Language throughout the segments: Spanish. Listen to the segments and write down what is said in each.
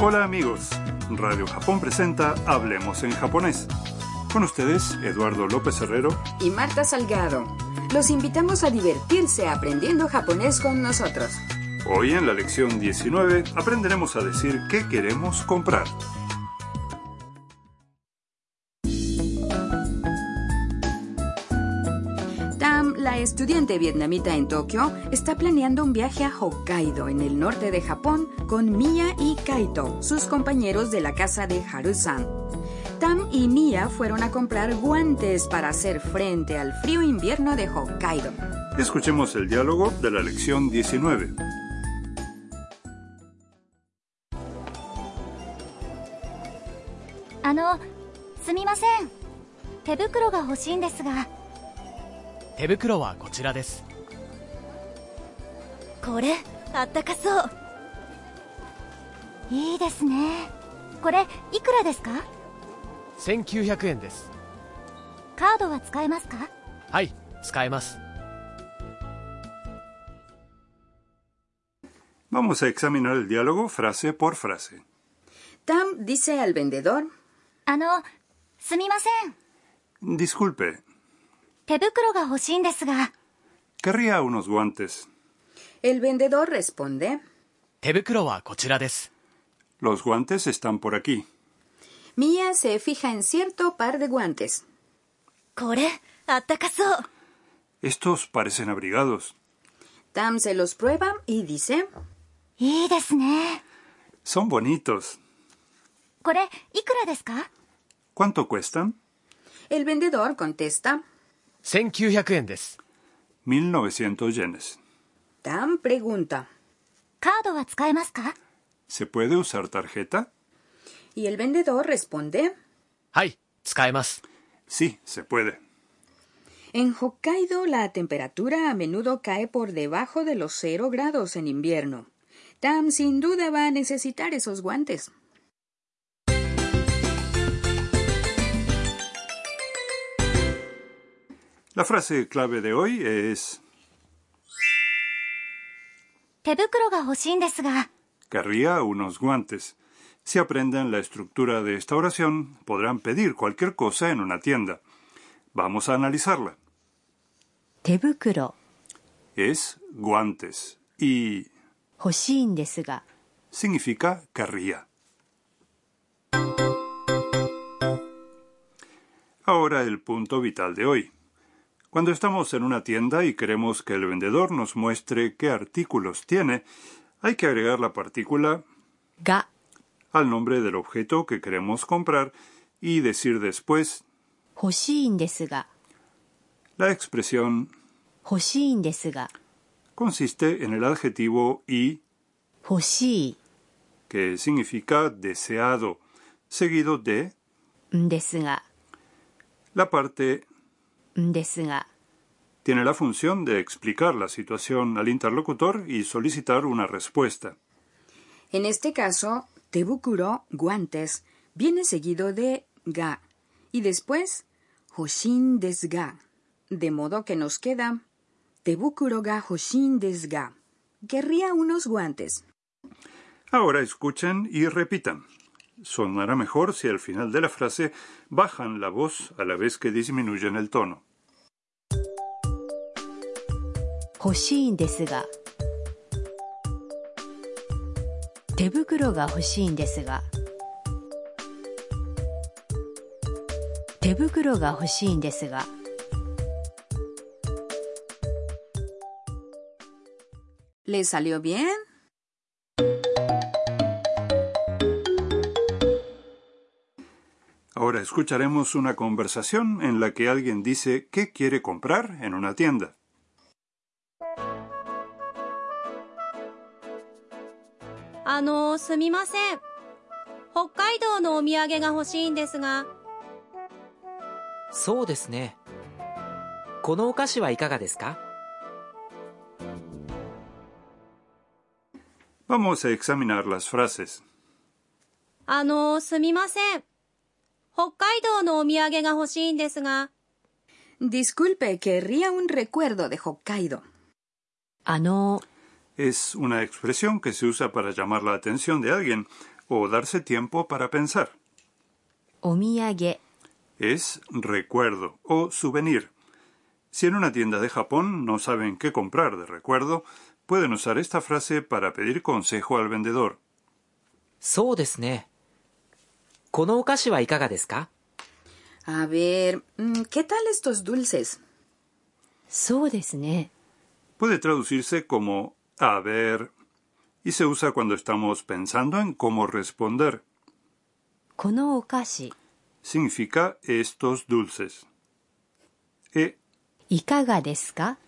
Hola amigos, Radio Japón presenta Hablemos en japonés. Con ustedes, Eduardo López Herrero. y Marta Salgado. Los invitamos a divertirse aprendiendo japonés con nosotros. Hoy en la lección 19 aprenderemos a decir qué queremos comprar. Tam, la estudiante vietnamita en Tokio, está planeando un viaje a Hokkaido, en el norte de Japón, con Mia y Kaito, sus compañeros de la casa de Haru-san. Tam y Mia fueron a comprar guantes para hacer frente al frío invierno de Hokkaido. Escuchemos el diálogo de la lección 19. あのすみません手袋が欲しいんですが手袋はこちらですこれあったかそういいですねこれいくらですか1900円ですカードは使えますかはい使えます Vamos a examinar el diálogo frase por frase. Tam dice al vendedor, あのすみません Disculpe, 手袋が欲しいんですが querría unos guantes. el vendedor responde, 手袋はこちらです Los guantes están por aquí. Mia se fija en cierto par de guantes. これあったかそう Estos parecen abrigados. Tam se los prueba y dice, いいですね Son bonitos. これいくらですか ¿Cuánto cuestan? el vendedor contesta, 1900円です1900 yenes. Tam pregunta. カードは使えますか ¿Se puede usar tarjeta? Y el vendedor responde, はい使えます Sí, se puede. en Hokkaido la temperatura a menudo cae por debajo de los cero grados en invierno. Tam sin duda va a necesitar esos guantes. La frase clave de hoy es 手袋が欲しいんですが querría unos guantes. Si aprenden la estructura de esta oración, podrán pedir cualquier cosa en una tienda. Vamos a analizarla. 手袋 Es guantes y 欲しいんですが significa querría. Ahora el punto vital de hoy. Cuando estamos en una tienda y queremos que el vendedor nos muestre qué artículos tiene, hay que agregar la partícula が al nombre del objeto que queremos comprar y decir después 欲しいんですが la expresión 欲しいんですが consiste en el adjetivo y 欲しい que significa deseado, seguido de んですが la parte んですが tiene la función de explicar la situación al interlocutor y solicitar una respuesta. En este caso, tebukuro, guantes, viene seguido de ga y después hoshin desu ga, de modo que nos queda tebukuro ga hoshin desu ga. Querría unos guantes. Ahora escuchen y repitan. Sonará mejor si al final de la frase bajan la voz a la vez que disminuyen el tono. 欲しいんですが手袋が欲しいんですが手袋が欲しいんですが ¿Le salió bien? Ahora escucharemos una conversación en la que alguien dice qué quiere comprar en una tienda. あのすみません北海道のお土産が欲しいんですがそうですねこのお菓子はいかがですか Vamos a examinar las frases. あのすみません北海道のお土産が欲しいんですが Disculpe, querría un recuerdo de Hokkaido. あの Es una expresión que se usa para llamar la atención de alguien o darse tiempo para pensar. お土産 Es recuerdo o souvenir. Si en una tienda de Japón no saben qué comprar de recuerdo, pueden usar esta frase para pedir consejo al vendedor. そうですね。このお菓子はいかがですか A ver, mm, ¿qué tal estos dulces? そうですね Puede traducirse como a ver y se usa cuando estamos pensando en cómo responder. このお菓子 Significa estos dulces. E いかがですか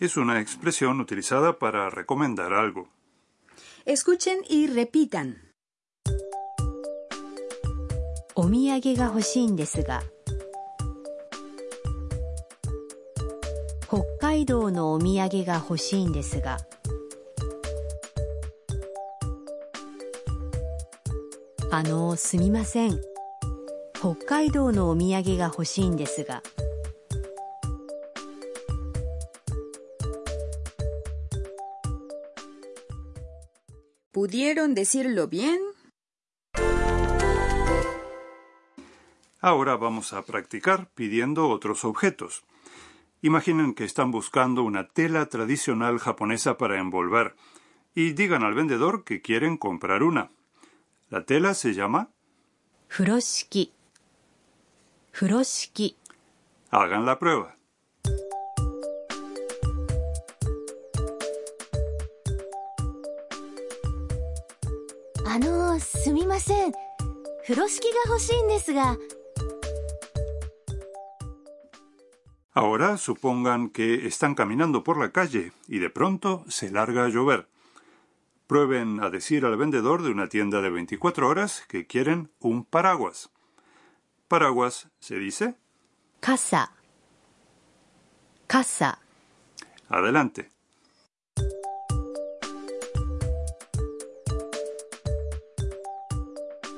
es una expresión utilizada para recomendar algo. Escuchen y repitan. お土産が欲しいんですが北海道のお土産が欲しいんですがあのすみません北海道のお土産が欲しいんですが ¿Pudieron decirlo bien? Ahora vamos a practicar pidiendo otros objetos. Imaginen que están buscando una tela tradicional japonesa para envolver y digan al vendedor que quieren comprar una. La tela se llama 風呂敷風呂敷 Hagan la prueba. あのすみません風呂敷が欲しいんですが Ahora supongan que están caminando por la calle y de pronto se larga a llover. Prueben a decir al vendedor de una tienda de 24 horas que quieren un paraguas. Paraguas se dice 傘傘 adelante.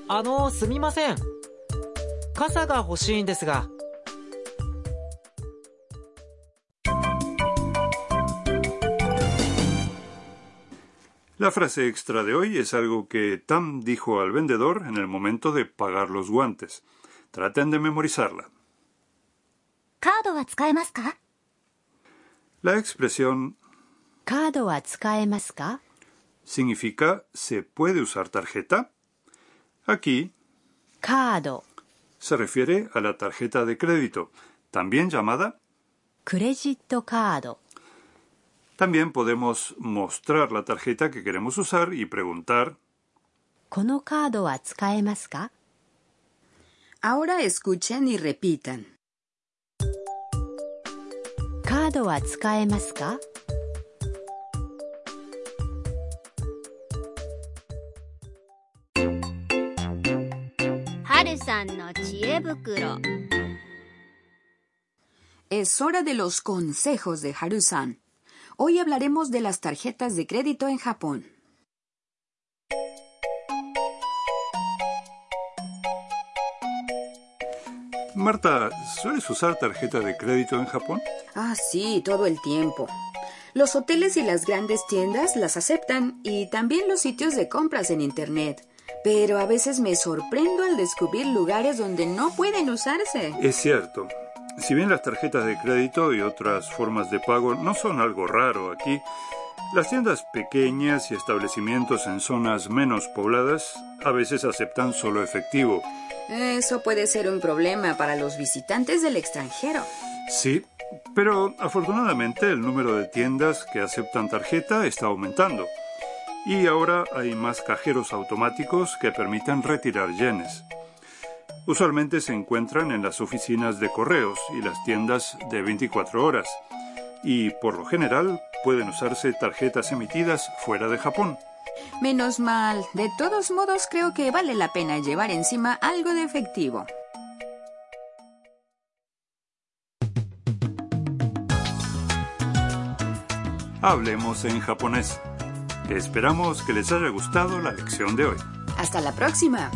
あの、すみません。傘が欲しいんですが。 La frase extra de hoy es algo que Tam dijo al vendedor en el momento de pagar los guantes. Traten de memorizarla. カードは使えますか La expresión カードは使えますか significa ¿se puede usar tarjeta? Aquí カード se refiere a la tarjeta de crédito, también llamada. クレジットカード También podemos mostrar la tarjeta que queremos usar y preguntar. このカードは使えますか Ahora escuchen y repitan. カードは使えますか春さんの知恵袋 Es hora de los consejos de Harusan. Hoy hablaremos de las tarjetas de crédito en Japón. Marta, ¿sueles usar tarjeta de crédito en Japón? Ah, sí, todo el tiempo. Los hoteles y las grandes tiendas las aceptan y también los sitios de compras en Internet. Pero a veces me sorprendo al descubrir lugares donde no pueden usarse. Es cierto. Si bien las tarjetas de crédito y otras formas de pago no son algo raro aquí, las tiendas pequeñas y establecimientos en zonas menos pobladas a veces aceptan solo efectivo. Eso puede ser un problema para los visitantes del extranjero. Sí, pero afortunadamente el número de tiendas que aceptan tarjeta está aumentando. Y ahora hay más cajeros automáticos que permiten retirar yenes. Usualmente se encuentran en las oficinas de correos y las tiendas de 24 horas. Y por lo general pueden usarse tarjetas emitidas fuera de Japón. Menos mal, de todos modos creo que vale la pena llevar encima algo de efectivo. Hablemos en japonés. Esperamos que les haya gustado la lección de hoy. Hasta la próxima.